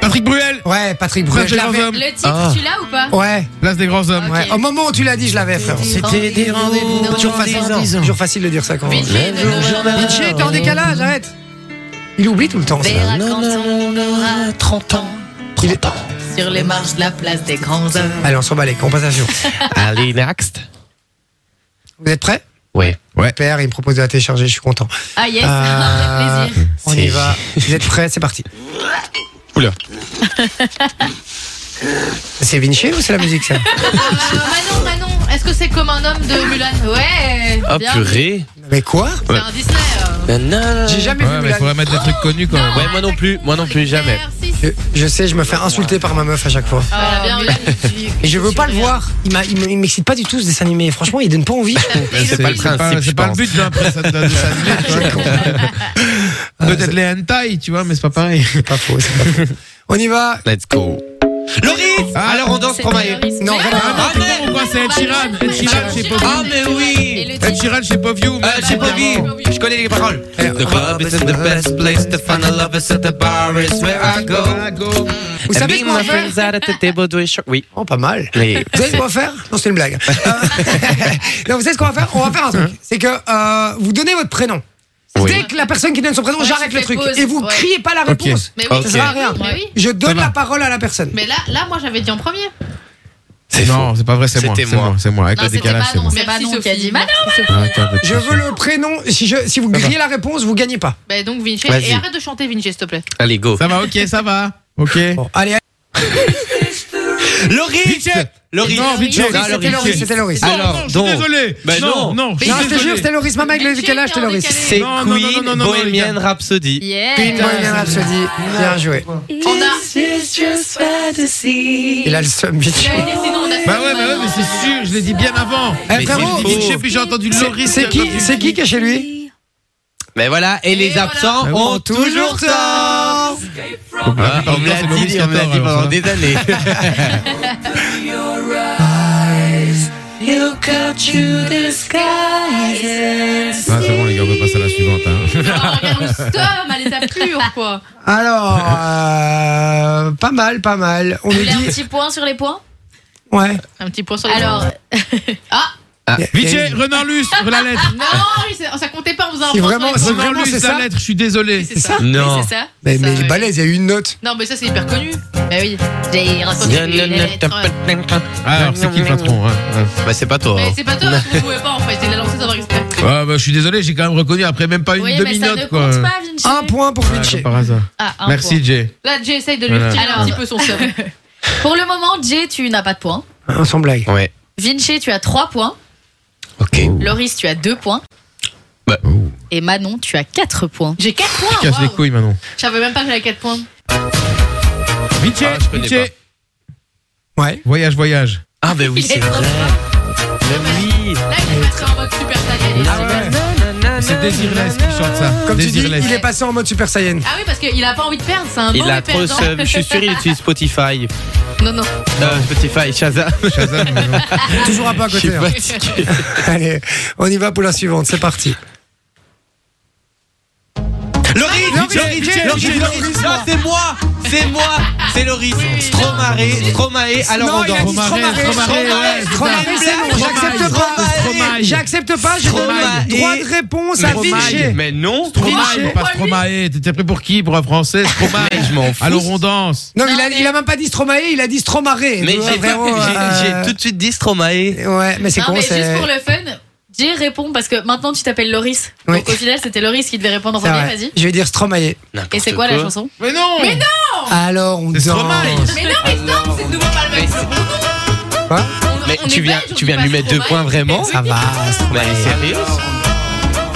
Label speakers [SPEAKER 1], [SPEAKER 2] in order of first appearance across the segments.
[SPEAKER 1] Patrick Bruel.
[SPEAKER 2] Ouais, Patrick
[SPEAKER 1] Place
[SPEAKER 2] Bruel,
[SPEAKER 1] des
[SPEAKER 2] je
[SPEAKER 1] grands
[SPEAKER 2] l'avais.
[SPEAKER 1] hommes.
[SPEAKER 3] Le titre,
[SPEAKER 4] Ah.
[SPEAKER 3] tu l'as ou pas
[SPEAKER 2] Ouais,
[SPEAKER 1] Place des grands hommes.
[SPEAKER 3] Ok.
[SPEAKER 2] ouais. Au moment où tu l'as dit, je l'avais, frère.
[SPEAKER 4] C'était des rendez-vous
[SPEAKER 2] Toujours
[SPEAKER 4] dans
[SPEAKER 2] facile,
[SPEAKER 4] dix ans.
[SPEAKER 2] toujours facile de dire ça quand même.
[SPEAKER 3] Vinci euh,
[SPEAKER 4] Le
[SPEAKER 3] de
[SPEAKER 4] jour, j'en ai-
[SPEAKER 3] Novembre.
[SPEAKER 2] Vinci, t'es en décalage, arrête. Il oublie tout le temps. ça.
[SPEAKER 3] Verra
[SPEAKER 4] Non,
[SPEAKER 3] quand
[SPEAKER 4] non,
[SPEAKER 3] on aura 30 ans
[SPEAKER 2] Il est-
[SPEAKER 3] sur les marches de la place des grands hommes.
[SPEAKER 2] Allez, on s'en bat les cons, on passe à la suivante.
[SPEAKER 4] Allez, next.
[SPEAKER 2] Vous êtes prêts
[SPEAKER 4] Ouais.
[SPEAKER 2] Père, il me propose de la télécharger, je suis content.
[SPEAKER 3] Ah yes,
[SPEAKER 2] Euh,
[SPEAKER 3] plaisir.
[SPEAKER 2] on y
[SPEAKER 4] C'est-
[SPEAKER 2] va. Vous êtes prêts C'est parti.
[SPEAKER 1] Oula.
[SPEAKER 2] C'est Vinci ou c'est la musique ça
[SPEAKER 3] Euh, Manon, Manon, est-ce que c'est comme un homme de Mulan Ouais
[SPEAKER 4] Oh,
[SPEAKER 3] bien.
[SPEAKER 4] purée.
[SPEAKER 2] Mais quoi
[SPEAKER 3] C'est un Disney. euh.
[SPEAKER 4] Ben, Nanana.
[SPEAKER 2] J'ai jamais vu
[SPEAKER 1] Ouais, mais
[SPEAKER 2] Mulan.
[SPEAKER 1] faudrait mettre des trucs connus quand même.
[SPEAKER 4] Ouais, moi non plus, moi non plus, jamais.
[SPEAKER 3] Si, si.
[SPEAKER 2] Je, je sais, je me fais insulter par ma meuf à chaque fois.
[SPEAKER 3] Ah, bien, Mulan, tu-
[SPEAKER 2] Et je veux
[SPEAKER 3] tu
[SPEAKER 2] pas le
[SPEAKER 3] regardes.
[SPEAKER 2] voir. Il m'a- il m- il m'excite pas du tout ce dessin animé. Franchement, il donne pas envie. je trouve.
[SPEAKER 4] Mais Ben, c'est pas le
[SPEAKER 1] C'est pas,
[SPEAKER 4] principe, je
[SPEAKER 1] c'est pas le
[SPEAKER 4] pense.
[SPEAKER 1] but d'un dessin d'un dessin animé, tu vois. Peut-être les hentai, tu vois, mais c'est pas pareil.
[SPEAKER 4] Ah,
[SPEAKER 2] C'est pas faux. c'est pas faux. On y va.
[SPEAKER 4] Let's go. Loris
[SPEAKER 1] Ah.
[SPEAKER 4] Alors on danse
[SPEAKER 3] C'est
[SPEAKER 4] Tromaille.
[SPEAKER 3] terroriste.
[SPEAKER 2] Non,
[SPEAKER 3] Mais
[SPEAKER 2] vraiment.
[SPEAKER 1] Ah non,
[SPEAKER 4] mais-
[SPEAKER 1] putain, ou quoi, c'est Ed Sheeran. Ed Sheeran, je sais pas.
[SPEAKER 4] Ah, mais oui.
[SPEAKER 3] Et le
[SPEAKER 1] Ed
[SPEAKER 3] titre,
[SPEAKER 1] Sheeran, je sais pas view.
[SPEAKER 4] Euh, j'ai pas
[SPEAKER 1] Ah,
[SPEAKER 4] vu. Je connais les paroles.
[SPEAKER 1] Eh,
[SPEAKER 4] The club is the best place to find a lover, so the bar is where I go.
[SPEAKER 2] Vous
[SPEAKER 4] And
[SPEAKER 2] savez
[SPEAKER 4] me
[SPEAKER 2] ce qu'on va
[SPEAKER 4] my
[SPEAKER 2] faire
[SPEAKER 4] friends are at the table doing short- Oui.
[SPEAKER 2] Oh, pas mal.
[SPEAKER 4] Mais-
[SPEAKER 2] Vous savez ce qu'on va faire Non, c'est une blague. Euh, non, vous savez ce qu'on va faire On va faire un truc. C'est que euh, vous donnez votre prénom.
[SPEAKER 4] Oui.
[SPEAKER 2] Dès que la personne qui donne son prénom,
[SPEAKER 3] Ouais,
[SPEAKER 2] j'arrête
[SPEAKER 3] tu
[SPEAKER 2] le
[SPEAKER 3] fais
[SPEAKER 2] truc.
[SPEAKER 3] pause,
[SPEAKER 2] Et vous
[SPEAKER 3] ouais.
[SPEAKER 2] criez pas la réponse.
[SPEAKER 3] Mais oui,
[SPEAKER 4] Ok.
[SPEAKER 3] ça
[SPEAKER 2] Ça sert à rien.
[SPEAKER 3] Mais oui.
[SPEAKER 2] Je donne
[SPEAKER 1] va.
[SPEAKER 2] la parole à la personne.
[SPEAKER 3] Mais là, là, moi j'avais dit en premier.
[SPEAKER 4] C'est
[SPEAKER 1] Non, c'est pas vrai, c'est moi.
[SPEAKER 4] C'était
[SPEAKER 1] C'est
[SPEAKER 4] moi.
[SPEAKER 1] moi, c'est moi. Avec
[SPEAKER 3] Non,
[SPEAKER 1] le
[SPEAKER 3] c'était
[SPEAKER 1] décalage, c'est
[SPEAKER 3] Manon,
[SPEAKER 1] moi.
[SPEAKER 3] c'est Manon qui a dit Manon.
[SPEAKER 1] Ah, attends, attends,
[SPEAKER 2] Je veux le prénom. Si, je, si vous
[SPEAKER 1] Ça va.
[SPEAKER 2] grillez la réponse, vous gagnez pas.
[SPEAKER 3] Bah, donc Vinci,
[SPEAKER 4] Vas-y.
[SPEAKER 3] et arrête de chanter Vinci, s'il te plaît.
[SPEAKER 4] Allez, go.
[SPEAKER 1] Ça va, ok, ça va. Ok.
[SPEAKER 2] Bon, allez,
[SPEAKER 4] Loris Loris
[SPEAKER 1] Non, vite,
[SPEAKER 3] Loris,
[SPEAKER 4] Ah,
[SPEAKER 2] c'était Loris, c'était Loris.
[SPEAKER 1] Non,
[SPEAKER 4] Alors,
[SPEAKER 1] non, je suis
[SPEAKER 4] donc.
[SPEAKER 1] désolé.
[SPEAKER 4] Bah non.
[SPEAKER 1] non, non, je
[SPEAKER 2] Non, je
[SPEAKER 1] suis
[SPEAKER 2] te jure,
[SPEAKER 1] désolé.
[SPEAKER 2] c'était Loris, ma mec, le décalage, c'était Loris.
[SPEAKER 4] C'est Queen,
[SPEAKER 1] Non, non, non, non, non, non,
[SPEAKER 4] Bohemian
[SPEAKER 1] les gars.
[SPEAKER 4] Rhapsody.
[SPEAKER 3] Yeah.
[SPEAKER 2] Queen Bohemian Rhapsody, bien joué.
[SPEAKER 3] On a.
[SPEAKER 2] Il a le seum, bitch.
[SPEAKER 3] Sinon, on a.
[SPEAKER 1] Bah ouais, bah ouais, mais c'est sûr, je l'ai dit bien avant.
[SPEAKER 2] Eh,
[SPEAKER 4] Mais
[SPEAKER 2] frérot,
[SPEAKER 1] J'ai
[SPEAKER 4] c'est
[SPEAKER 1] dit Vinci, puis j'ai entendu
[SPEAKER 2] c'est-
[SPEAKER 1] Loris.
[SPEAKER 2] c'est qui, c'est qui qui est chez lui
[SPEAKER 4] Mais voilà, et les
[SPEAKER 3] voilà.
[SPEAKER 4] absents
[SPEAKER 1] Ah oui.
[SPEAKER 4] ont toujours tort
[SPEAKER 1] On me
[SPEAKER 4] Ah, On me l'a dit, on me l'a dit pendant des années.
[SPEAKER 1] Ah, c'est bon, les gars, on peut passer à la suivante. Hein.
[SPEAKER 3] Non, regarde, le stom, elle les a pure, quoi.
[SPEAKER 2] Alors, euh, pas mal, pas mal. On nous
[SPEAKER 5] voulez un
[SPEAKER 2] dit,
[SPEAKER 5] petit point sur les points
[SPEAKER 2] ouais.
[SPEAKER 3] Un petit point sur les
[SPEAKER 5] Alors,
[SPEAKER 3] Ah,
[SPEAKER 1] Vichy, Renan Luce, la lettre.
[SPEAKER 3] non, oui, c'est- ça comptait pas, on faisait un
[SPEAKER 2] Si
[SPEAKER 3] point
[SPEAKER 2] vraiment-
[SPEAKER 3] sur
[SPEAKER 2] si
[SPEAKER 3] les points.
[SPEAKER 1] Renan
[SPEAKER 2] Vraiment, Ah, c'est
[SPEAKER 1] Luce,
[SPEAKER 2] ça
[SPEAKER 1] la lettre, je suis désolé.
[SPEAKER 3] C'est ça.
[SPEAKER 4] Non.
[SPEAKER 3] Oui, c'est ça.
[SPEAKER 2] Mais,
[SPEAKER 3] C'est
[SPEAKER 2] mais
[SPEAKER 3] ça,
[SPEAKER 2] il est
[SPEAKER 3] oui.
[SPEAKER 2] balèze, il y a eu une note.
[SPEAKER 3] Non, mais ça, c'est hyper connu. Bah oui. J'ai raconté les lettres.
[SPEAKER 1] Ah, alors, c'est qui le patron hein Ouais.
[SPEAKER 4] Bah c'est pas toi.
[SPEAKER 3] Mais c'est pas toi, parce qu'on pouvait pas, en fait. Il l'a lancé sans exprès.
[SPEAKER 1] Ah, bah, je suis désolé, j'ai quand même reconnu après même pas une
[SPEAKER 5] oui, mais ça ne
[SPEAKER 1] demi-note,
[SPEAKER 5] compte
[SPEAKER 1] quoi.
[SPEAKER 5] pas, Vinci.
[SPEAKER 2] Un point pour
[SPEAKER 1] Ouais,
[SPEAKER 2] Vinci.
[SPEAKER 1] comme par hasard.
[SPEAKER 5] Ah, un
[SPEAKER 1] Merci, Jay.
[SPEAKER 3] Là, Jay essaye de lui
[SPEAKER 1] Voilà.
[SPEAKER 3] retirer un
[SPEAKER 5] Alors.
[SPEAKER 3] petit peu son seum.
[SPEAKER 5] point. Pour le moment, Jay, tu n'as pas de points.
[SPEAKER 2] Un sans blague.
[SPEAKER 4] Ouais.
[SPEAKER 5] Vinci, tu as 3 points.
[SPEAKER 4] Ok.
[SPEAKER 5] Loris, tu as 2 points.
[SPEAKER 4] Bah,
[SPEAKER 5] Et Manon, tu as 4 points.
[SPEAKER 3] J'ai 4 points.
[SPEAKER 1] Casse les
[SPEAKER 3] waouh.
[SPEAKER 1] couilles, Manon.
[SPEAKER 3] Je savais même pas que j'avais 4 points.
[SPEAKER 1] Vinci,
[SPEAKER 4] Ah, je connais
[SPEAKER 1] Vinci.
[SPEAKER 4] pas.
[SPEAKER 2] Ouais.
[SPEAKER 1] Voyage, voyage.
[SPEAKER 4] Ah bah oui,
[SPEAKER 3] Il est
[SPEAKER 4] c'est
[SPEAKER 3] trop
[SPEAKER 4] vrai. Mais oui.
[SPEAKER 3] Là, il est passé en mode super saiyan.
[SPEAKER 2] Ah ouais.
[SPEAKER 1] C'est Désirless qui chante ça.
[SPEAKER 2] Comme tu dis,
[SPEAKER 1] Désirless.
[SPEAKER 2] il est passé en mode Super Saiyan.
[SPEAKER 3] Ah oui, parce qu'il a pas envie de perdre, c'est un
[SPEAKER 4] Il
[SPEAKER 3] mauvais
[SPEAKER 4] a trop
[SPEAKER 3] perdant.
[SPEAKER 4] seum. Je suis sûr il utilise Spotify.
[SPEAKER 3] Non, non.
[SPEAKER 4] Euh, Spotify, Shazam.
[SPEAKER 1] Shazam, Manon.
[SPEAKER 2] Toujours un pas à
[SPEAKER 4] Je suis
[SPEAKER 2] côté. hein.
[SPEAKER 4] fatigué.
[SPEAKER 2] Allez, on y va pour la suivante, c'est parti.
[SPEAKER 4] Loris
[SPEAKER 2] Loris,
[SPEAKER 4] Loris
[SPEAKER 2] Loris,
[SPEAKER 4] Loris Loris
[SPEAKER 2] Loris,
[SPEAKER 4] Ah, C'est moi C'est moi C'est Loris Stromae Stromae Alors
[SPEAKER 2] Non,
[SPEAKER 4] on
[SPEAKER 2] il a dit
[SPEAKER 4] danse
[SPEAKER 1] Stromae,
[SPEAKER 2] Stromae,
[SPEAKER 1] Stromae,
[SPEAKER 2] Stromae,
[SPEAKER 4] Stromae,
[SPEAKER 2] c'est non, j'accepte pas.
[SPEAKER 4] Stromae.
[SPEAKER 2] J'accepte pas, je donne
[SPEAKER 4] Stromae.
[SPEAKER 2] droit de réponse à
[SPEAKER 4] Mais-
[SPEAKER 2] Vinci.
[SPEAKER 4] Mais non
[SPEAKER 1] Stromae, pas Stromae. T'étais pris pour qui Pour un français Stromae.
[SPEAKER 4] Mais je m'en fous.
[SPEAKER 1] Alors on danse.
[SPEAKER 2] Non, mais il a, il a même pas dit Stromae, il a dit Stromae.
[SPEAKER 4] Mais
[SPEAKER 2] Tu vois,
[SPEAKER 4] j'ai
[SPEAKER 2] vraiment,
[SPEAKER 4] j'ai-
[SPEAKER 2] euh,
[SPEAKER 4] j'ai tout de suite dit Stromae.
[SPEAKER 2] Ouais, mais c'est
[SPEAKER 5] Non,
[SPEAKER 2] con,
[SPEAKER 5] mais
[SPEAKER 2] c'est.
[SPEAKER 5] juste pour le fun, Jay répond parce que maintenant tu t'appelles Loris.
[SPEAKER 2] Oui.
[SPEAKER 5] Donc au final, c'était Loris qui devait répondre en
[SPEAKER 2] c'est
[SPEAKER 5] premier.
[SPEAKER 2] vrai.
[SPEAKER 5] Vas-y.
[SPEAKER 2] Je vais dire Stromae.
[SPEAKER 4] N'importe
[SPEAKER 5] Et c'est quoi, la chanson
[SPEAKER 1] Mais non Mais non
[SPEAKER 2] Alors, on
[SPEAKER 1] C'est
[SPEAKER 2] danse.
[SPEAKER 1] Stromae.
[SPEAKER 3] Mais non, mais non, c'est de nouveau pas le même.
[SPEAKER 2] Quoi
[SPEAKER 3] On-
[SPEAKER 4] Mais
[SPEAKER 3] on est
[SPEAKER 4] tu viens,
[SPEAKER 3] belge, on
[SPEAKER 4] tu
[SPEAKER 3] dit
[SPEAKER 4] viens
[SPEAKER 3] pas
[SPEAKER 4] lui mettre deux
[SPEAKER 3] Stromae.
[SPEAKER 4] points vraiment
[SPEAKER 2] Ça va, Stromae.
[SPEAKER 4] Mais elle est sérieuse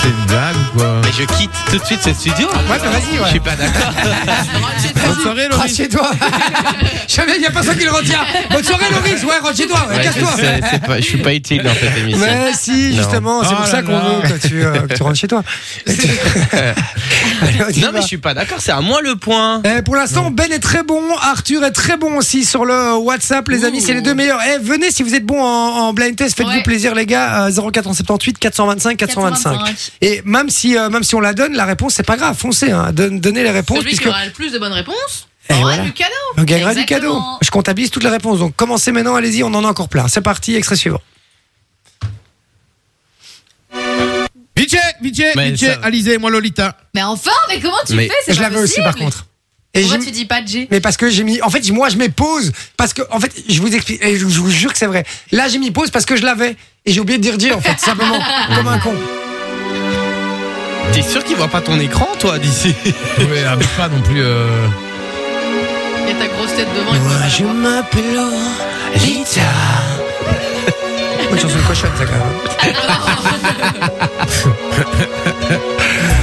[SPEAKER 1] C'est une blague ou quoi
[SPEAKER 4] Mais je quitte tout de suite ce studio.
[SPEAKER 2] Ouais, mais vas-y,
[SPEAKER 4] Je
[SPEAKER 2] ouais.
[SPEAKER 4] suis pas d'accord.
[SPEAKER 1] Bonne soirée,
[SPEAKER 2] Rentre
[SPEAKER 1] Loris.
[SPEAKER 2] chez toi. Jamais, il n'y a personne qui le retient. Bonne soirée, Loris. Ouais, rentre chez toi. ouais,
[SPEAKER 4] Ouais,
[SPEAKER 2] Casse-toi.
[SPEAKER 4] je sais, c'est pas- je suis pas utile dans cette émission.
[SPEAKER 2] Mais si,
[SPEAKER 4] Non.
[SPEAKER 2] justement, c'est
[SPEAKER 1] Oh
[SPEAKER 2] pour
[SPEAKER 1] là
[SPEAKER 2] ça qu'on
[SPEAKER 1] là.
[SPEAKER 2] veut que tu, euh, que tu rentres chez toi. Allez, on y
[SPEAKER 4] Non
[SPEAKER 2] va.
[SPEAKER 4] mais je suis pas d'accord, c'est à moi le point.
[SPEAKER 2] Eh, pour l'instant, Ben est très bon, Arthur est très bon aussi sur le WhatsApp, les amis, c'est les deux meilleurs. Eh, venez si vous êtes bon en, en blind test, faites-vous
[SPEAKER 3] Ouais.
[SPEAKER 2] plaisir les gars, euh, 0478 425 425. Et même si euh, même si on la donne, la réponse c'est pas grave, foncez, hein. Donne- donnez les réponses
[SPEAKER 3] Celui qui
[SPEAKER 2] puisque
[SPEAKER 3] aura le plus de bonnes réponses.
[SPEAKER 2] Et
[SPEAKER 3] Ouais,
[SPEAKER 2] voilà.
[SPEAKER 3] du cadeau.
[SPEAKER 2] On gagnera du cadeau.
[SPEAKER 5] Exactement.
[SPEAKER 2] Je comptabilise toutes les réponses. Donc commencez maintenant, allez-y, on en a encore plein. C'est parti, extrait suivant.
[SPEAKER 1] Vinci, Vinci,
[SPEAKER 4] Mais
[SPEAKER 1] Vinci,
[SPEAKER 4] ça-
[SPEAKER 1] Alizé, moi Lolita.
[SPEAKER 5] Mais enfin, mais comment tu
[SPEAKER 4] Mais
[SPEAKER 5] fais C'est
[SPEAKER 2] Je
[SPEAKER 5] pas
[SPEAKER 2] l'avais aussi
[SPEAKER 5] possible.
[SPEAKER 2] par contre. Et
[SPEAKER 5] Pourquoi
[SPEAKER 2] j'ai-
[SPEAKER 5] tu dis pas G
[SPEAKER 2] Mais parce que j'ai mis. En fait, moi, je mets pause. Parce que, en fait, je vous explique. Et je je vous jure que c'est vrai. Là, j'ai mis pause parce que je l'avais. Et j'ai oublié de dire Dieu, en fait, simplement. comme un con.
[SPEAKER 4] T'es sûr qu'il voit pas ton écran, toi, d'ici
[SPEAKER 1] Mais avec pas non plus. euh,
[SPEAKER 3] Il y a ta grosse tête devant. il faut pas la voir.
[SPEAKER 2] m'appelle Lita. Une chanson de cochonne, ça, quand même.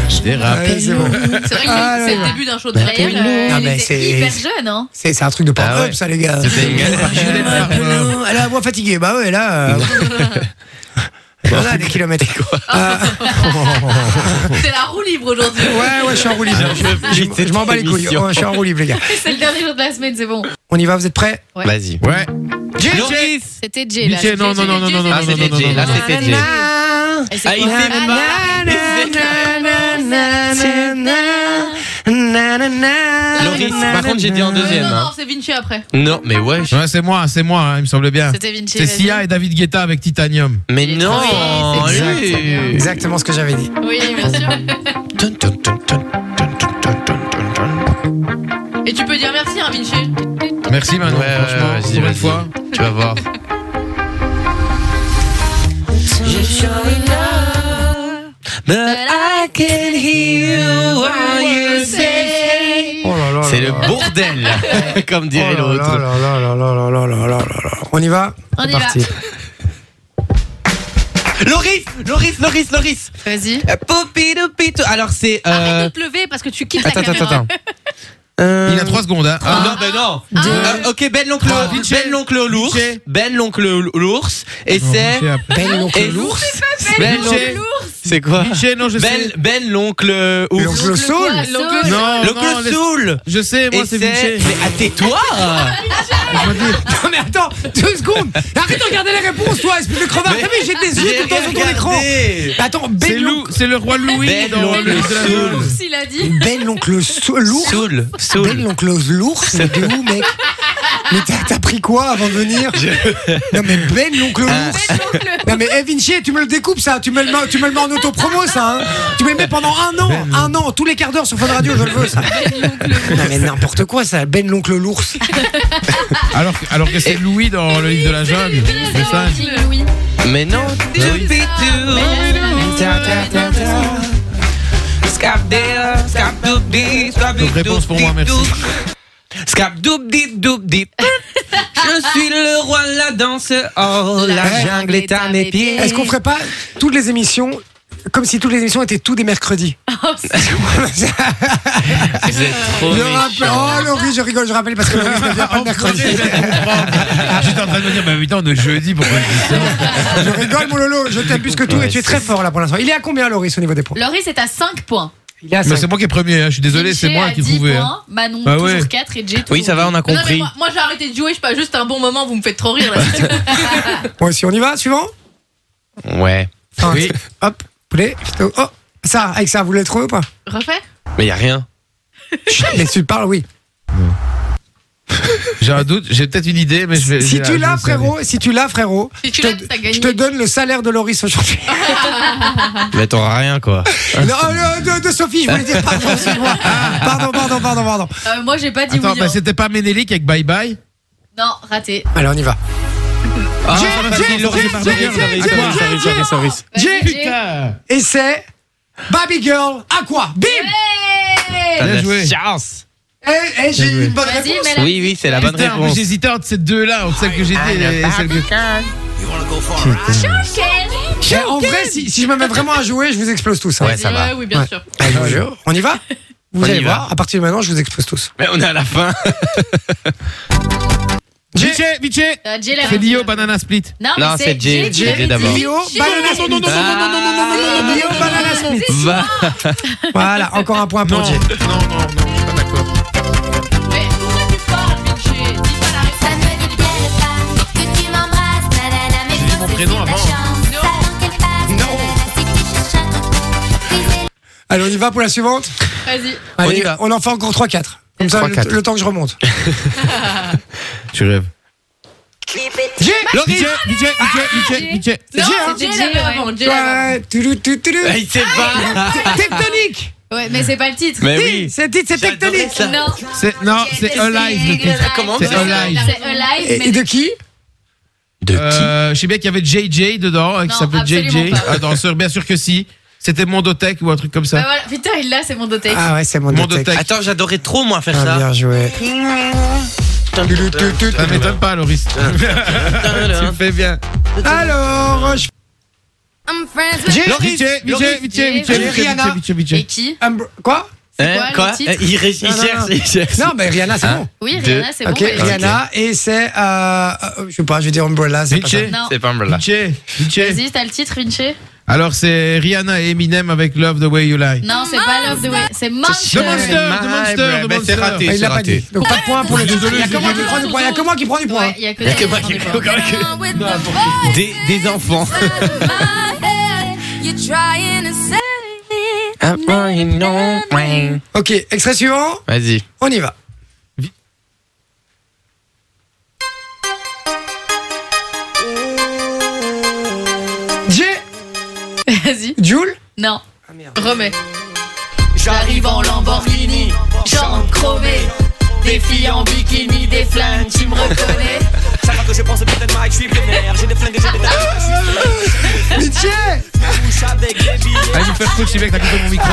[SPEAKER 4] Je dérape.
[SPEAKER 2] Ouais, Ah c'est bon.
[SPEAKER 3] C'est vrai que
[SPEAKER 2] Ah,
[SPEAKER 3] c'est- c'est
[SPEAKER 2] là,
[SPEAKER 3] le
[SPEAKER 2] là.
[SPEAKER 3] début d'un show de Brian.
[SPEAKER 5] Elle, euh,
[SPEAKER 2] Ah,
[SPEAKER 5] elle
[SPEAKER 2] mais c'est-
[SPEAKER 5] était hyper jeune, hein.
[SPEAKER 2] C'est c'est un truc de pas
[SPEAKER 4] Ah ouais.
[SPEAKER 2] ça, les gars.
[SPEAKER 4] C'était une galère.
[SPEAKER 2] Je m'appelle- Elle a la voix fatiguée. Bah ouais, là. euh, Voilà, des kilomètres. Euh,
[SPEAKER 3] C'est la roue libre aujourd'hui.
[SPEAKER 2] Ouais, ouais, je suis en roue libre.
[SPEAKER 4] J'en peux plus de
[SPEAKER 2] Je je m'en bats les
[SPEAKER 4] cette
[SPEAKER 2] couilles.
[SPEAKER 4] émission.
[SPEAKER 2] Ouais, Je suis en roue libre, les gars.
[SPEAKER 5] C'est le dernier jour de la semaine, c'est bon.
[SPEAKER 2] On y va, vous êtes prêts
[SPEAKER 3] Ouais.
[SPEAKER 4] Vas-y.
[SPEAKER 1] Ouais.
[SPEAKER 4] Loris
[SPEAKER 5] C'était G là.
[SPEAKER 1] Mickey,
[SPEAKER 5] C'était
[SPEAKER 1] non,
[SPEAKER 5] G,
[SPEAKER 1] non, non,
[SPEAKER 5] c'était
[SPEAKER 1] non,
[SPEAKER 5] G,
[SPEAKER 1] non,
[SPEAKER 4] Ah,
[SPEAKER 5] c'était
[SPEAKER 4] c'était
[SPEAKER 5] G.
[SPEAKER 4] Jay. Là, c'était Jay.
[SPEAKER 5] Et c'est
[SPEAKER 4] Ah, il
[SPEAKER 5] quoi
[SPEAKER 4] fait
[SPEAKER 5] Ah,
[SPEAKER 4] mal.
[SPEAKER 5] là, là, là, là, là, là.
[SPEAKER 4] Loris, par contre, j'ai dit en
[SPEAKER 3] Ouais,
[SPEAKER 4] deuxième.
[SPEAKER 3] non, non,
[SPEAKER 4] hein.
[SPEAKER 3] c'est Vinci après.
[SPEAKER 4] Non, mais wesh.
[SPEAKER 1] Ouais, c'est moi, c'est moi, hein, il me semble bien.
[SPEAKER 5] Ah. C'était Vinci.
[SPEAKER 1] C'est
[SPEAKER 5] vas-y.
[SPEAKER 1] Sia et David Guetta avec Titanium.
[SPEAKER 4] Mais
[SPEAKER 5] Il est
[SPEAKER 4] non
[SPEAKER 5] trop vite,
[SPEAKER 4] lui.
[SPEAKER 2] Exactement ce que j'avais dit.
[SPEAKER 5] Oui, bien sûr.
[SPEAKER 4] Dun, dun, dun, dun, dun, dun, dun, dun, dun, dun.
[SPEAKER 3] Et tu peux dire merci, hein, Vinci.
[SPEAKER 1] Merci Manon,
[SPEAKER 4] Ouais, ouais,
[SPEAKER 1] franchement,
[SPEAKER 4] vas-y,
[SPEAKER 1] pour une
[SPEAKER 4] vas-y.
[SPEAKER 1] fois.
[SPEAKER 4] Tu vas voir.
[SPEAKER 2] Oh là là.
[SPEAKER 4] C'est
[SPEAKER 2] là
[SPEAKER 4] le
[SPEAKER 2] là.
[SPEAKER 4] bordel, comme
[SPEAKER 2] Oh
[SPEAKER 4] dirait
[SPEAKER 2] là là là
[SPEAKER 4] l'autre.
[SPEAKER 2] là là là là là là là. On y va
[SPEAKER 5] On
[SPEAKER 2] C'est
[SPEAKER 5] y va.
[SPEAKER 2] parti.
[SPEAKER 4] Loris, Loris, Loris, Loris.
[SPEAKER 5] Vas-y.
[SPEAKER 4] Euh, Poupi, doupi, tout. Alors c'est. euh,
[SPEAKER 3] Arrête de te lever parce que tu quittes
[SPEAKER 4] Attends,
[SPEAKER 3] la
[SPEAKER 4] attends,
[SPEAKER 3] caméra.
[SPEAKER 4] attends.
[SPEAKER 1] Il a 3 secondes. Hein.
[SPEAKER 4] Ah,
[SPEAKER 1] Un,
[SPEAKER 4] non, ben non. Euh, ok, Ben l'oncle,
[SPEAKER 1] Ah, Vinci.
[SPEAKER 4] Ben l'oncle l'ours,
[SPEAKER 1] Vinci.
[SPEAKER 4] Ben l'oncle l'ours, et
[SPEAKER 1] non,
[SPEAKER 4] c'est
[SPEAKER 1] Vinci après.
[SPEAKER 2] Belle l'oncle
[SPEAKER 4] et
[SPEAKER 2] l'ours.
[SPEAKER 4] Ben
[SPEAKER 1] Vinci.
[SPEAKER 4] l'oncle c'est quoi
[SPEAKER 1] Vinci, non, je
[SPEAKER 4] Ben
[SPEAKER 1] sais.
[SPEAKER 4] Ben l'oncle ours,
[SPEAKER 2] L'oncle Saul.
[SPEAKER 5] quoi,
[SPEAKER 3] L'oncle-
[SPEAKER 5] Saul
[SPEAKER 1] Non, non,
[SPEAKER 4] l'oncle
[SPEAKER 1] laisse-
[SPEAKER 4] Soul.
[SPEAKER 1] Je sais, moi
[SPEAKER 4] Et
[SPEAKER 1] c'est
[SPEAKER 4] c'est.
[SPEAKER 1] Vinci.
[SPEAKER 4] Mais à tais-toi.
[SPEAKER 2] Non mais attends, deux secondes. Arrête de regarder les réponses, toi, espèce de crevard.
[SPEAKER 4] Mais-
[SPEAKER 2] T'as vu, j'ai tes yeux tout le temps sur ton écran. Attends,
[SPEAKER 1] C'est
[SPEAKER 2] belle
[SPEAKER 1] Lou-
[SPEAKER 2] l'oncle.
[SPEAKER 1] c'est le roi Louis
[SPEAKER 4] Ben
[SPEAKER 1] dans
[SPEAKER 4] l'oncle
[SPEAKER 1] le de la
[SPEAKER 4] Soul.
[SPEAKER 1] Bible.
[SPEAKER 5] S'il a dit.
[SPEAKER 2] Belle l'oncle Saul- l'ours.
[SPEAKER 4] Soul,
[SPEAKER 2] Belle
[SPEAKER 4] Soul.
[SPEAKER 2] l'oncle l'ours. Mais de où, mec Mais t'as- t'as pris quoi avant de venir Non mais belle l'oncle
[SPEAKER 4] Ah.
[SPEAKER 2] l'ours. Non mais eh, Vinci, tu me le découpes ça, tu me le mets, tu me le mets en autopromo ça, hein. tu me le mets pendant un an,
[SPEAKER 4] Ben,
[SPEAKER 2] un an, tous les quarts d'heure sur Fun Radio, je le veux ça. Non mais n'importe quoi ça, Ben l'oncle l'ours.
[SPEAKER 1] Alors, que- alors que c'est Louis dans le livre de la jungle. Le singe.
[SPEAKER 5] Oui.
[SPEAKER 4] Mais non. Doupi, dou. Ta, ta, ta, ta. Scapdea, scapdoubi, scapdoubi,
[SPEAKER 1] Donc, réponse pour moi, merci.
[SPEAKER 4] doubi, doubi. Scapdoubi, doubi. Je suis le roi de la danse. Oh, la,
[SPEAKER 5] La
[SPEAKER 4] jungle est à mes pieds.
[SPEAKER 2] Est-ce qu'on ferait pas toutes les émissions comme si toutes les émissions étaient tous des mercredis
[SPEAKER 4] Vous êtes trop
[SPEAKER 2] Je rappelle,
[SPEAKER 4] méchants.
[SPEAKER 2] oh Laurie, je rigole, je rappelle parce que Laurie ne vient pas le
[SPEAKER 1] Ah,
[SPEAKER 2] mercredi.
[SPEAKER 1] J'étais en train de me dire, bah putain, on est jeudi, pourquoi je dis ça
[SPEAKER 2] Je rigole mon Lolo, je t'aime plus que tout et
[SPEAKER 4] Ouais,
[SPEAKER 2] tu es
[SPEAKER 4] c'est
[SPEAKER 2] très fort là pour l'instant. Il est à combien Laurie au niveau des points
[SPEAKER 5] Laurie, c'est à 5 points.
[SPEAKER 2] Il est à
[SPEAKER 1] Mais
[SPEAKER 2] 5.
[SPEAKER 1] c'est moi qui est premier, hein, je suis désolé,
[SPEAKER 5] Vinci
[SPEAKER 1] c'est moi
[SPEAKER 5] à
[SPEAKER 1] qui
[SPEAKER 5] 10
[SPEAKER 1] pouvais. hein.
[SPEAKER 5] points, Manon,
[SPEAKER 1] Bah
[SPEAKER 5] toujours
[SPEAKER 1] ouais.
[SPEAKER 5] 4 et J toujours
[SPEAKER 4] Oui, ça va, on a
[SPEAKER 3] Non, mais
[SPEAKER 4] compris.
[SPEAKER 3] moi, moi, j'ai arrêté de jouer, je sais pas, juste un bon moment, vous me faites trop rire là.
[SPEAKER 2] Moi aussi, on y va, suivant
[SPEAKER 4] Ouais.
[SPEAKER 2] Enfin,
[SPEAKER 4] Oui.
[SPEAKER 2] Hop, poulet, phyto. oh, ça, avec ça, vous l'avez trouvé ou pas
[SPEAKER 3] Refais
[SPEAKER 4] Mais y a rien.
[SPEAKER 2] Mais tu parles, oui.
[SPEAKER 1] J'ai un doute, j'ai peut-être une idée, mais je vais.
[SPEAKER 2] Si
[SPEAKER 1] j'ai- je
[SPEAKER 2] tu
[SPEAKER 1] vais
[SPEAKER 2] l'as,
[SPEAKER 1] le savoir.
[SPEAKER 2] frérot, si tu l'as, frérot,
[SPEAKER 3] Si tu
[SPEAKER 2] je
[SPEAKER 3] l'as,
[SPEAKER 2] te-
[SPEAKER 3] t'as gagné.
[SPEAKER 2] je te donne le salaire de Loris aujourd'hui.
[SPEAKER 4] Mais t'auras rien, quoi.
[SPEAKER 2] non, euh, de, de Sophie, je voulais dire pardon, excuse-moi. Pardon, pardon, pardon, pardon.
[SPEAKER 5] Euh, moi, j'ai pas dit
[SPEAKER 1] Attends,
[SPEAKER 5] oui.
[SPEAKER 1] bah,
[SPEAKER 5] hein.
[SPEAKER 1] c'était pas Ménélic avec Bye Bye
[SPEAKER 5] Non, raté.
[SPEAKER 2] Allez, on y va.
[SPEAKER 4] Ah,
[SPEAKER 2] J'ai-
[SPEAKER 4] ça va,
[SPEAKER 2] j'ai-
[SPEAKER 4] ça va,
[SPEAKER 2] j'ai-
[SPEAKER 4] Laurie,
[SPEAKER 2] j'ai-
[SPEAKER 4] pardon,
[SPEAKER 2] j'ai-
[SPEAKER 4] Laurie,
[SPEAKER 2] j'ai-
[SPEAKER 4] Laurie,
[SPEAKER 2] j'ai-
[SPEAKER 4] Laurie,
[SPEAKER 2] j'ai-
[SPEAKER 4] Laurie,
[SPEAKER 2] j'ai-
[SPEAKER 4] Laurie, Laurie.
[SPEAKER 5] Vas-y,
[SPEAKER 2] J'ai-
[SPEAKER 5] Jay.
[SPEAKER 1] Putain
[SPEAKER 2] Et c'est Baby Girl à quoi Bim
[SPEAKER 5] Hey
[SPEAKER 4] T'as de la
[SPEAKER 1] joué.
[SPEAKER 4] chance.
[SPEAKER 2] Eh, eh, j'ai
[SPEAKER 1] Bien joué.
[SPEAKER 2] une bonne
[SPEAKER 5] Vas-y,
[SPEAKER 2] réponse.
[SPEAKER 5] mais la-
[SPEAKER 4] Oui, oui, c'est la bonne
[SPEAKER 1] Putain, mais
[SPEAKER 4] réponse. Ah,
[SPEAKER 1] j'hésitais entre ces deux-là, entre celle que j'ai dit et celle que.
[SPEAKER 2] Eh, En vrai, si, si je me mets vraiment à jouer, je vous explose tous. hein.
[SPEAKER 4] Ouais, ça va.
[SPEAKER 5] E,
[SPEAKER 3] Ouais, Oui, bien
[SPEAKER 2] Ouais.
[SPEAKER 3] sûr.
[SPEAKER 2] Ah, je vous jure. On y va Vous
[SPEAKER 4] On y
[SPEAKER 2] allez
[SPEAKER 4] va.
[SPEAKER 2] voir, à partir de maintenant, je vous explose tous.
[SPEAKER 4] Mais on est à la fin.
[SPEAKER 1] Vinci, Vinci
[SPEAKER 5] Euh, Jay l'a
[SPEAKER 1] C'est
[SPEAKER 5] raté.
[SPEAKER 1] Lio Banana Split.
[SPEAKER 5] Non,
[SPEAKER 4] Non,
[SPEAKER 5] mais
[SPEAKER 4] c'est Jay,
[SPEAKER 5] qui l'a
[SPEAKER 4] Jay
[SPEAKER 5] dit.
[SPEAKER 4] d'abord.
[SPEAKER 2] Lio, banana split. Lio, banana split.
[SPEAKER 4] Va.
[SPEAKER 2] Voilà, encore un point pour Jay.
[SPEAKER 1] non, non, non, je suis pas d'accord.
[SPEAKER 3] Mais pourquoi tu parles, Vinci Dis pas la réponse.
[SPEAKER 6] Ça ne me déplaît pas que tu m'embrasses, nanana, mais
[SPEAKER 1] dit mon
[SPEAKER 6] faut
[SPEAKER 1] prénom
[SPEAKER 6] saisir ta
[SPEAKER 1] avant.
[SPEAKER 6] chance.
[SPEAKER 3] Non.
[SPEAKER 6] Avant qu'elle passe,
[SPEAKER 2] Non.
[SPEAKER 6] nanana, si tu cherches un trou, puis c'est
[SPEAKER 2] Allez, on y va pour la suivante
[SPEAKER 3] Vas-y.
[SPEAKER 2] Allez,
[SPEAKER 4] y va.
[SPEAKER 2] en fait encore 3-4. Comme ça,
[SPEAKER 1] Trois,
[SPEAKER 2] le,
[SPEAKER 1] quatre.
[SPEAKER 2] le temps que je remonte.
[SPEAKER 1] Tu rêves.
[SPEAKER 2] J'ai
[SPEAKER 1] Loris DJ, DJ, DJ, DJ,
[SPEAKER 3] Non,
[SPEAKER 2] Jay, hein.
[SPEAKER 3] c'est
[SPEAKER 5] E
[SPEAKER 3] Jay l'avait avant. Jay l'avait
[SPEAKER 2] Ouais, toulou, toulou, toulou.
[SPEAKER 4] Ah, Il sait pas.
[SPEAKER 2] Tectonique
[SPEAKER 5] Ouais, mais c'est pas le titre.
[SPEAKER 4] Mais
[SPEAKER 2] Si,
[SPEAKER 4] Eh oui.
[SPEAKER 2] C'est le titre, c'est
[SPEAKER 4] J'adorais
[SPEAKER 2] tectonique
[SPEAKER 4] ça.
[SPEAKER 5] Ah, Non,
[SPEAKER 1] C'est, non, c'est Alive le titre.
[SPEAKER 4] Comment
[SPEAKER 1] C'est
[SPEAKER 4] ça
[SPEAKER 1] Alive.
[SPEAKER 5] c'est Alive,
[SPEAKER 2] Et, et
[SPEAKER 5] mais
[SPEAKER 2] de qui
[SPEAKER 4] De
[SPEAKER 1] Euh, je sais bien qu'il y avait JJ dedans, euh, qui
[SPEAKER 5] Non,
[SPEAKER 1] s'appelait
[SPEAKER 5] absolument
[SPEAKER 1] JJ.
[SPEAKER 5] pas.
[SPEAKER 1] Ah, danseur, bien sûr que si. C'était Mondotech ou un truc comme
[SPEAKER 5] Bah
[SPEAKER 1] ça.
[SPEAKER 5] voilà. Putain, il l'a, c'est mon dotec.
[SPEAKER 2] Ah ouais, c'est mon
[SPEAKER 1] Mondotech.
[SPEAKER 2] tech.
[SPEAKER 4] Attends, j'adorais trop moi faire
[SPEAKER 2] Ah,
[SPEAKER 4] ça.
[SPEAKER 2] bien joué. Toulou, toulou, toulou.
[SPEAKER 1] Ça m'étonne pas, Loris. tu
[SPEAKER 4] Hein
[SPEAKER 1] le fais bien.
[SPEAKER 2] Alors, je-
[SPEAKER 3] I'm friends with
[SPEAKER 2] j'ai
[SPEAKER 1] Loris, DJ, DJ,
[SPEAKER 4] Loris,
[SPEAKER 1] DJ, DJ,
[SPEAKER 2] Loris, Rihanna.
[SPEAKER 1] DJ, DJ.
[SPEAKER 5] Et qui
[SPEAKER 2] un br- Quoi
[SPEAKER 5] C'est
[SPEAKER 4] Hein,
[SPEAKER 5] quoi le
[SPEAKER 4] Eh,
[SPEAKER 5] titre
[SPEAKER 4] Il ré- il
[SPEAKER 2] Non, non,
[SPEAKER 4] cherche,
[SPEAKER 2] non.
[SPEAKER 4] il cherche.
[SPEAKER 2] Non, mais Rihanna, c'est
[SPEAKER 4] Hein
[SPEAKER 2] bon.
[SPEAKER 5] Oui,
[SPEAKER 1] Deux.
[SPEAKER 5] Rihanna, c'est bon.
[SPEAKER 2] Ok,
[SPEAKER 5] mais-
[SPEAKER 2] Rihanna, et c'est. euh, euh, je sais pas, je vais dire Umbrella, c'est pas ça.
[SPEAKER 1] DJ,
[SPEAKER 5] Non.
[SPEAKER 4] C'est pas mal.
[SPEAKER 1] DJ, DJ.
[SPEAKER 5] Vas-y, t'as le titre, Vinci
[SPEAKER 1] Alors, c'est Rihanna et Eminem avec Love the Way You Lie.
[SPEAKER 5] Non, c'est pas Love the Way. C'est
[SPEAKER 1] The Monster, The
[SPEAKER 5] Monster.
[SPEAKER 1] Monster, The
[SPEAKER 4] Ben, c'est
[SPEAKER 1] Monster.
[SPEAKER 4] raté.
[SPEAKER 2] Ah,
[SPEAKER 4] c'est
[SPEAKER 2] il l'a pas
[SPEAKER 4] raté.
[SPEAKER 2] dit. Donc pas de point pour les deux. Il y a que moi qui prends du point. Il y a que moi qui prends du point.
[SPEAKER 5] Ouais, il y a que
[SPEAKER 4] Il y a que
[SPEAKER 5] toi
[SPEAKER 4] moi
[SPEAKER 5] qui
[SPEAKER 4] qui-
[SPEAKER 5] prends des points.
[SPEAKER 6] Down with the
[SPEAKER 4] Des, des enfants.
[SPEAKER 6] voice in my head. You're trying to say it.
[SPEAKER 2] Ok, extrait suivant,
[SPEAKER 4] Vas-y.
[SPEAKER 2] on y va. J,
[SPEAKER 5] Vas-y.
[SPEAKER 2] Jules
[SPEAKER 5] Non. Remets. J'arrive en Lamborghini, jambes chromées, des filles en bikini, des flingues, tu me reconnais
[SPEAKER 7] Chaque fois que je pense peut-être Mike, je suis vénère. J'ai des flingues, j'ai des dames, je suis
[SPEAKER 2] Mitché
[SPEAKER 7] couche avec des billets.
[SPEAKER 1] Allez, je vais faire coach, mec, t'as coupé mon micro.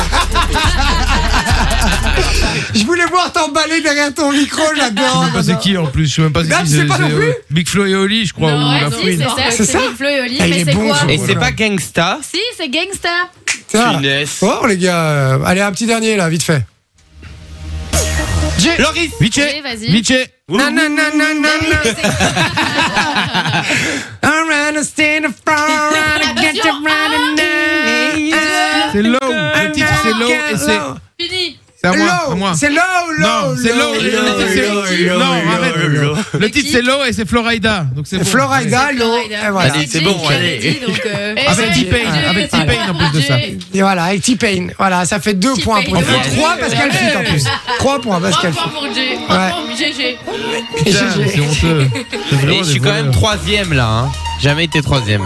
[SPEAKER 2] Je voulais voir t'emballer derrière ton micro,
[SPEAKER 1] Je sais
[SPEAKER 2] j'adore.
[SPEAKER 1] même pas c'est qui en plus. Je sais même pas c'est
[SPEAKER 2] Non,
[SPEAKER 1] qui.
[SPEAKER 2] tu sais
[SPEAKER 1] c'est-
[SPEAKER 2] pas non
[SPEAKER 1] c'est,
[SPEAKER 2] plus
[SPEAKER 1] euh, Big Flo et Oli, je crois. ou
[SPEAKER 5] Non,
[SPEAKER 1] la
[SPEAKER 5] ouais, si,
[SPEAKER 1] Fouine.
[SPEAKER 5] c'est
[SPEAKER 2] C'est
[SPEAKER 5] ça,
[SPEAKER 2] ça
[SPEAKER 5] c'est Big Flo et Oli,
[SPEAKER 2] Ah, il
[SPEAKER 5] mais
[SPEAKER 2] est
[SPEAKER 5] c'est
[SPEAKER 2] bon,
[SPEAKER 5] quoi
[SPEAKER 2] ce
[SPEAKER 4] Et
[SPEAKER 2] Oh
[SPEAKER 4] c'est
[SPEAKER 2] là.
[SPEAKER 4] pas gangsta.
[SPEAKER 5] Si, c'est Gangsta
[SPEAKER 2] Tiens.
[SPEAKER 4] Finesse.
[SPEAKER 2] Oh les gars, euh, allez un petit dernier là, vite fait.
[SPEAKER 4] Loris.
[SPEAKER 1] Miché,
[SPEAKER 5] Allez, vas-y.
[SPEAKER 1] Miché.
[SPEAKER 2] Nananananana. Around the state of Florida, get you round and down.
[SPEAKER 1] C'est Low. Le titre, c'est Low et c'est.
[SPEAKER 5] Fini
[SPEAKER 1] C'est à moi. à moi.
[SPEAKER 2] Low, c'est low, low,
[SPEAKER 1] Non, c'est Low.
[SPEAKER 2] low,
[SPEAKER 1] Le titre, c'est-
[SPEAKER 2] low,
[SPEAKER 1] Non,
[SPEAKER 2] low, low,
[SPEAKER 1] arrête.
[SPEAKER 2] low, low.
[SPEAKER 1] Le titre, c'est Low et c'est Florida. Donc c'est bon.
[SPEAKER 2] Florida, low, et eh, voilà.
[SPEAKER 4] Allez,
[SPEAKER 5] E,
[SPEAKER 4] c'est bon, allez.
[SPEAKER 5] euh,
[SPEAKER 1] Avec T-Pain,
[SPEAKER 2] Allez.
[SPEAKER 1] avec T-Pain en plus de
[SPEAKER 5] E.
[SPEAKER 1] ça.
[SPEAKER 2] Et voilà, avec T-Pain. Voilà, ça fait deux points pour
[SPEAKER 5] En
[SPEAKER 2] Enfin,
[SPEAKER 1] fait,
[SPEAKER 2] trois parce qu'elle fit en plus. Trois points parce qu'elle fit.
[SPEAKER 5] pour E. Jay,
[SPEAKER 2] Ouais.
[SPEAKER 5] pour GG
[SPEAKER 2] Et
[SPEAKER 1] Putain,
[SPEAKER 2] GG.
[SPEAKER 1] C'est honteux. C'est vraiment
[SPEAKER 4] Et je suis
[SPEAKER 1] des
[SPEAKER 4] quand même
[SPEAKER 1] voleurs.
[SPEAKER 4] troisième là. hein. Jamais été troisième.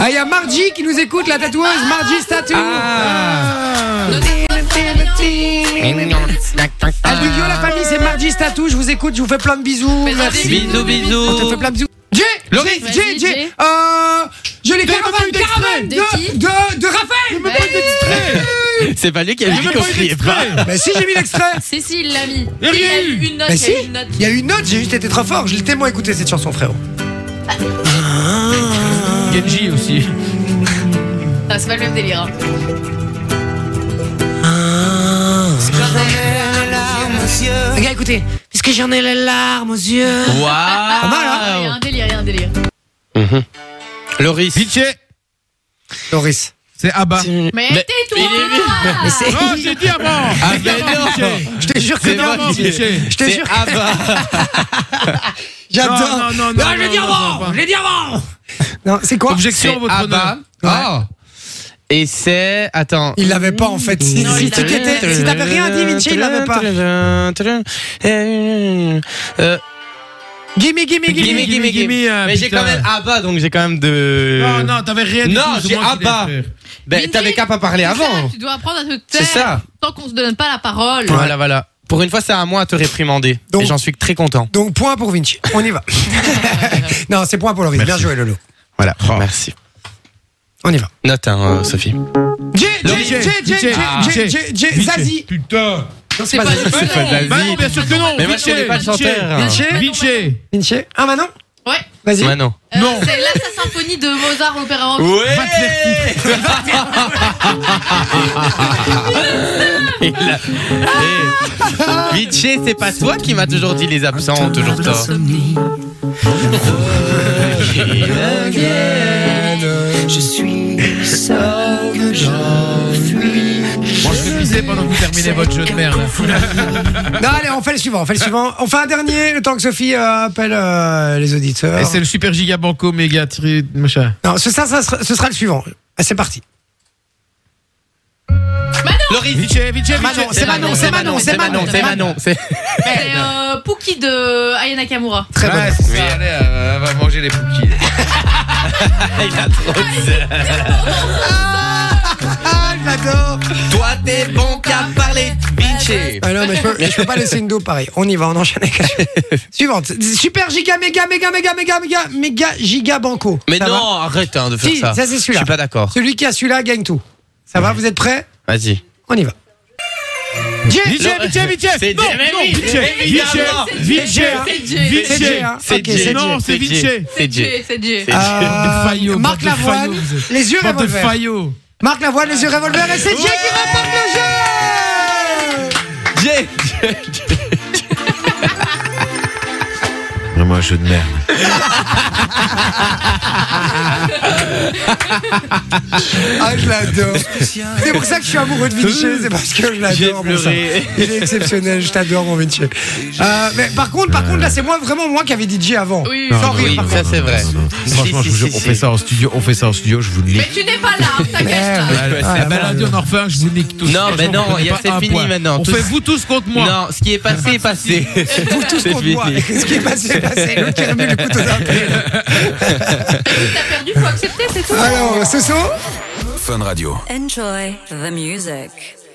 [SPEAKER 2] Ah, il y a Margie qui nous écoute, la tatoueuse. Margie Statue.
[SPEAKER 1] Ah.
[SPEAKER 2] Ah, du Guillaume, la famille, c'est Margie Statue. Je vous écoute, je vous fais plein de bisous. Merci.
[SPEAKER 4] Bisous,
[SPEAKER 2] On te fait
[SPEAKER 4] bisous.
[SPEAKER 2] plein de bisous. Jay,
[SPEAKER 1] Laurie,
[SPEAKER 2] Jay, Jay,
[SPEAKER 5] vas-y,
[SPEAKER 2] Jay.
[SPEAKER 5] Jay.
[SPEAKER 2] Euh, je l'ai caravane,
[SPEAKER 1] pas eu d'extrait.
[SPEAKER 2] caravane
[SPEAKER 5] De
[SPEAKER 2] de,
[SPEAKER 5] qui
[SPEAKER 2] de, de Raphaël.
[SPEAKER 4] C'est pas lui qui avait dit
[SPEAKER 1] J'ai
[SPEAKER 4] qu'on
[SPEAKER 1] même pas eu
[SPEAKER 4] criait pas.
[SPEAKER 1] d'extrait.
[SPEAKER 2] Mais Bah, si, j'ai mis l'extrait.
[SPEAKER 5] C'est si, il l'a mis
[SPEAKER 1] Il y a
[SPEAKER 5] Il a
[SPEAKER 1] eu.
[SPEAKER 5] eu une note,
[SPEAKER 2] Mais
[SPEAKER 5] il y a
[SPEAKER 2] si.
[SPEAKER 5] eu une note
[SPEAKER 2] Il y a une note, j'ai juste été trop fort. Je l'ai tellement écouté cette chanson, frérot.
[SPEAKER 1] Genji aussi.
[SPEAKER 5] Ah, C'est pas le même délire hein.
[SPEAKER 2] Les gars, écoutez. Parce que j'en ai les larmes aux yeux.
[SPEAKER 4] Waouh. hein.
[SPEAKER 5] Ah, Il y a un délire, il y a un délire
[SPEAKER 4] Loris.
[SPEAKER 1] Miché,
[SPEAKER 2] Doris.
[SPEAKER 1] c'est Abba.
[SPEAKER 5] Mais,
[SPEAKER 4] Mais-
[SPEAKER 5] tais-toi
[SPEAKER 4] il est-
[SPEAKER 2] Mais c'est-
[SPEAKER 1] Oh, j'ai dit avant.
[SPEAKER 4] Ah ben non.
[SPEAKER 2] Je te jure que
[SPEAKER 4] C'est
[SPEAKER 2] non.
[SPEAKER 4] moi qui-
[SPEAKER 1] Miché.
[SPEAKER 2] Je te
[SPEAKER 4] C'est
[SPEAKER 2] jure.
[SPEAKER 4] Abba.
[SPEAKER 2] J'adore.
[SPEAKER 1] Non, non, non, non,
[SPEAKER 2] je l'ai dit
[SPEAKER 1] non, non,
[SPEAKER 2] avant.
[SPEAKER 1] non.
[SPEAKER 2] Je l'ai dit avant. Non, c'est quoi
[SPEAKER 1] Objection,
[SPEAKER 4] C'est
[SPEAKER 1] votre
[SPEAKER 4] Abba.
[SPEAKER 1] honneur.
[SPEAKER 4] Oh. Et c'est. Attends.
[SPEAKER 2] Il l'avait pas en fait. Si,
[SPEAKER 5] Non,
[SPEAKER 2] si
[SPEAKER 5] il
[SPEAKER 2] tu
[SPEAKER 5] l'avait
[SPEAKER 2] t'étais-
[SPEAKER 5] pas.
[SPEAKER 2] si t'avais rien dit, Vinci, il l'avait pas.
[SPEAKER 4] Euh,
[SPEAKER 2] Gimme, gimme, gimme.
[SPEAKER 4] gimme, gimme, gimme.
[SPEAKER 1] euh,
[SPEAKER 4] Mais j'ai
[SPEAKER 1] putain.
[SPEAKER 4] quand même Abba, donc j'ai quand même de.
[SPEAKER 1] Non, non, t'avais rien dit.
[SPEAKER 4] Euh, Non, j'ai Abba. Ben,
[SPEAKER 5] Vinci,
[SPEAKER 4] t'avais qu'à pas parler avant.
[SPEAKER 3] Tu dois apprendre à te
[SPEAKER 4] C'est
[SPEAKER 3] taire
[SPEAKER 4] ça.
[SPEAKER 3] tant qu'on se donne pas la parole.
[SPEAKER 4] Voilà, voilà. Pour une fois, c'est à moi de te réprimander.
[SPEAKER 2] Donc-
[SPEAKER 4] Et j'en suis très content.
[SPEAKER 2] Donc point pour Vinci. On y va. non, c'est point pour Loris. Bien joué, Lolo.
[SPEAKER 4] Voilà. Merci.
[SPEAKER 2] On y va.
[SPEAKER 4] Note, hein, euh, Sophie.
[SPEAKER 2] J,
[SPEAKER 1] Loris,
[SPEAKER 2] J, J, J, J,
[SPEAKER 4] Ah.
[SPEAKER 2] J, J, J, J, Zazie.
[SPEAKER 1] Putain.
[SPEAKER 2] Non, c'est pas Zazie.
[SPEAKER 4] C'est pas Zazie.
[SPEAKER 1] Bah non, bien sûr que non.
[SPEAKER 4] Mais moi,
[SPEAKER 1] Vinci,
[SPEAKER 4] je connais pas le
[SPEAKER 1] Vinci,
[SPEAKER 4] chanteur.
[SPEAKER 1] Vinci, Vinci.
[SPEAKER 2] Vinci. Ah, Manon
[SPEAKER 3] Ouais.
[SPEAKER 2] Vas-y.
[SPEAKER 4] Manon.
[SPEAKER 3] Euh,
[SPEAKER 1] Non.
[SPEAKER 3] C'est la symphonie de Mozart, l'opéra rock.
[SPEAKER 4] Ouais
[SPEAKER 1] Va te faire
[SPEAKER 4] Il a- Eh, Vinci, c'est pas toi qui m'as toujours dit les absents ont toujours tort.
[SPEAKER 1] Bon, je vais pisser pendant que vous terminez votre jeu de merde.
[SPEAKER 2] Non, allez, on fait le suivant. On fait le suivant. On fait un dernier le temps que Sophie euh, appelle euh, les auditeurs.
[SPEAKER 1] Et c'est le super giga banco méga tri machin.
[SPEAKER 2] Non, ce, ça, ça sera, ce sera le suivant. Ah, C'est parti.
[SPEAKER 3] Manon
[SPEAKER 4] Loris.
[SPEAKER 1] Vinci, Vinci,
[SPEAKER 2] Manon,
[SPEAKER 1] Vinci.
[SPEAKER 2] c'est Manon, c'est Manon, c'est Manon,
[SPEAKER 4] c'est Manon. C'est
[SPEAKER 3] C'est euh, Pookie de Aya Nakamura.
[SPEAKER 2] Très bonne.
[SPEAKER 1] Ouais, c'est ça, allez, euh, elle va manger les poukies.
[SPEAKER 4] Il a trop de
[SPEAKER 2] Ah, je l'adore.
[SPEAKER 4] Toi, t'es bon qu'à parler, Vinci.
[SPEAKER 2] Ah non, mais je peux, je peux pas laisser une dos pareil. On y va, on enchaîne. avec la- Suivante. Super giga méga méga méga méga méga méga giga banco.
[SPEAKER 4] Mais
[SPEAKER 2] Ça
[SPEAKER 4] non,
[SPEAKER 2] va
[SPEAKER 4] arrête hein, de faire
[SPEAKER 2] Si,
[SPEAKER 4] ça.
[SPEAKER 2] ça, c'est
[SPEAKER 4] Je
[SPEAKER 2] celui-là.
[SPEAKER 4] suis pas d'accord.
[SPEAKER 2] Celui qui a celui-là gagne tout. Ça va, vous êtes prêts
[SPEAKER 4] Vas-y.
[SPEAKER 2] On y va.
[SPEAKER 1] Vinci, Vinci, Vinci.
[SPEAKER 4] C'est
[SPEAKER 1] Non,
[SPEAKER 4] Jay, mais
[SPEAKER 1] non,
[SPEAKER 4] Eh oui,
[SPEAKER 1] Vinci,
[SPEAKER 2] hein,
[SPEAKER 4] évidemment.
[SPEAKER 1] Vinci, Vinci,
[SPEAKER 3] C'est Jay.
[SPEAKER 1] Vinci.
[SPEAKER 2] Jay, hein.
[SPEAKER 4] C'est
[SPEAKER 2] Ok, c'est
[SPEAKER 4] Jay.
[SPEAKER 1] Non, c'est Vinci.
[SPEAKER 4] Jay. C'est Jay.
[SPEAKER 3] C'est Jay.
[SPEAKER 4] C'est-
[SPEAKER 2] Euh,
[SPEAKER 1] faillots,
[SPEAKER 2] Marc
[SPEAKER 1] bande de
[SPEAKER 2] Lavoine,
[SPEAKER 1] faillots, vous êtes.
[SPEAKER 2] les yeux
[SPEAKER 1] Bande de
[SPEAKER 2] revolver.
[SPEAKER 1] faillots.
[SPEAKER 2] Marc Lavoine, les yeux revolver, et c'est Jay qui remporte le jeu
[SPEAKER 4] Jay.
[SPEAKER 1] Vraiment un jeu de merde.
[SPEAKER 2] Ah, je l'adore. C'est pour ça que je suis amoureux de Vinci, c'est parce que je
[SPEAKER 4] J'ai
[SPEAKER 2] l'adore. mon sang.
[SPEAKER 4] pleuré.
[SPEAKER 2] Il est exceptionnel, je t'adore, mon Vinci. Euh, mais par contre, par contre, là, c'est moi, vraiment moi qui avais dit Jay avant.
[SPEAKER 3] Oui,
[SPEAKER 2] Sans rire,
[SPEAKER 4] Oui,
[SPEAKER 2] par
[SPEAKER 4] ça
[SPEAKER 2] contre.
[SPEAKER 4] c'est vrai.
[SPEAKER 1] Franchement,
[SPEAKER 4] Si,
[SPEAKER 1] je vous
[SPEAKER 4] si,
[SPEAKER 1] jure,
[SPEAKER 4] si,
[SPEAKER 1] on
[SPEAKER 4] si.
[SPEAKER 1] fait ça en studio, on fait ça en studio, je vous le
[SPEAKER 3] mais
[SPEAKER 1] nique.
[SPEAKER 3] tu n'es pas là, hein, ta gueule,
[SPEAKER 2] Merde.
[SPEAKER 3] toi.
[SPEAKER 1] Ah,
[SPEAKER 4] Ah,
[SPEAKER 1] bah, lundi, on en refait un, je vous nique tous.
[SPEAKER 4] Non,
[SPEAKER 1] Franchement,
[SPEAKER 4] mais non,
[SPEAKER 1] vous prenez
[SPEAKER 4] y a-
[SPEAKER 1] pas
[SPEAKER 4] c'est
[SPEAKER 1] un
[SPEAKER 4] fini
[SPEAKER 1] point.
[SPEAKER 4] maintenant.
[SPEAKER 1] On
[SPEAKER 4] Tous-
[SPEAKER 1] fait vous tous contre moi.
[SPEAKER 4] Non, ce qui est passé est passé.
[SPEAKER 2] Vous tous
[SPEAKER 4] C'est
[SPEAKER 2] contre moi.
[SPEAKER 4] fini.
[SPEAKER 2] Ce qui est passé, est passé. L'autre qui remet le couteau dans la plaie.
[SPEAKER 3] T'as perdu, faut accepter, c'est tout.
[SPEAKER 2] Alors, Soso
[SPEAKER 6] Enjoy the music.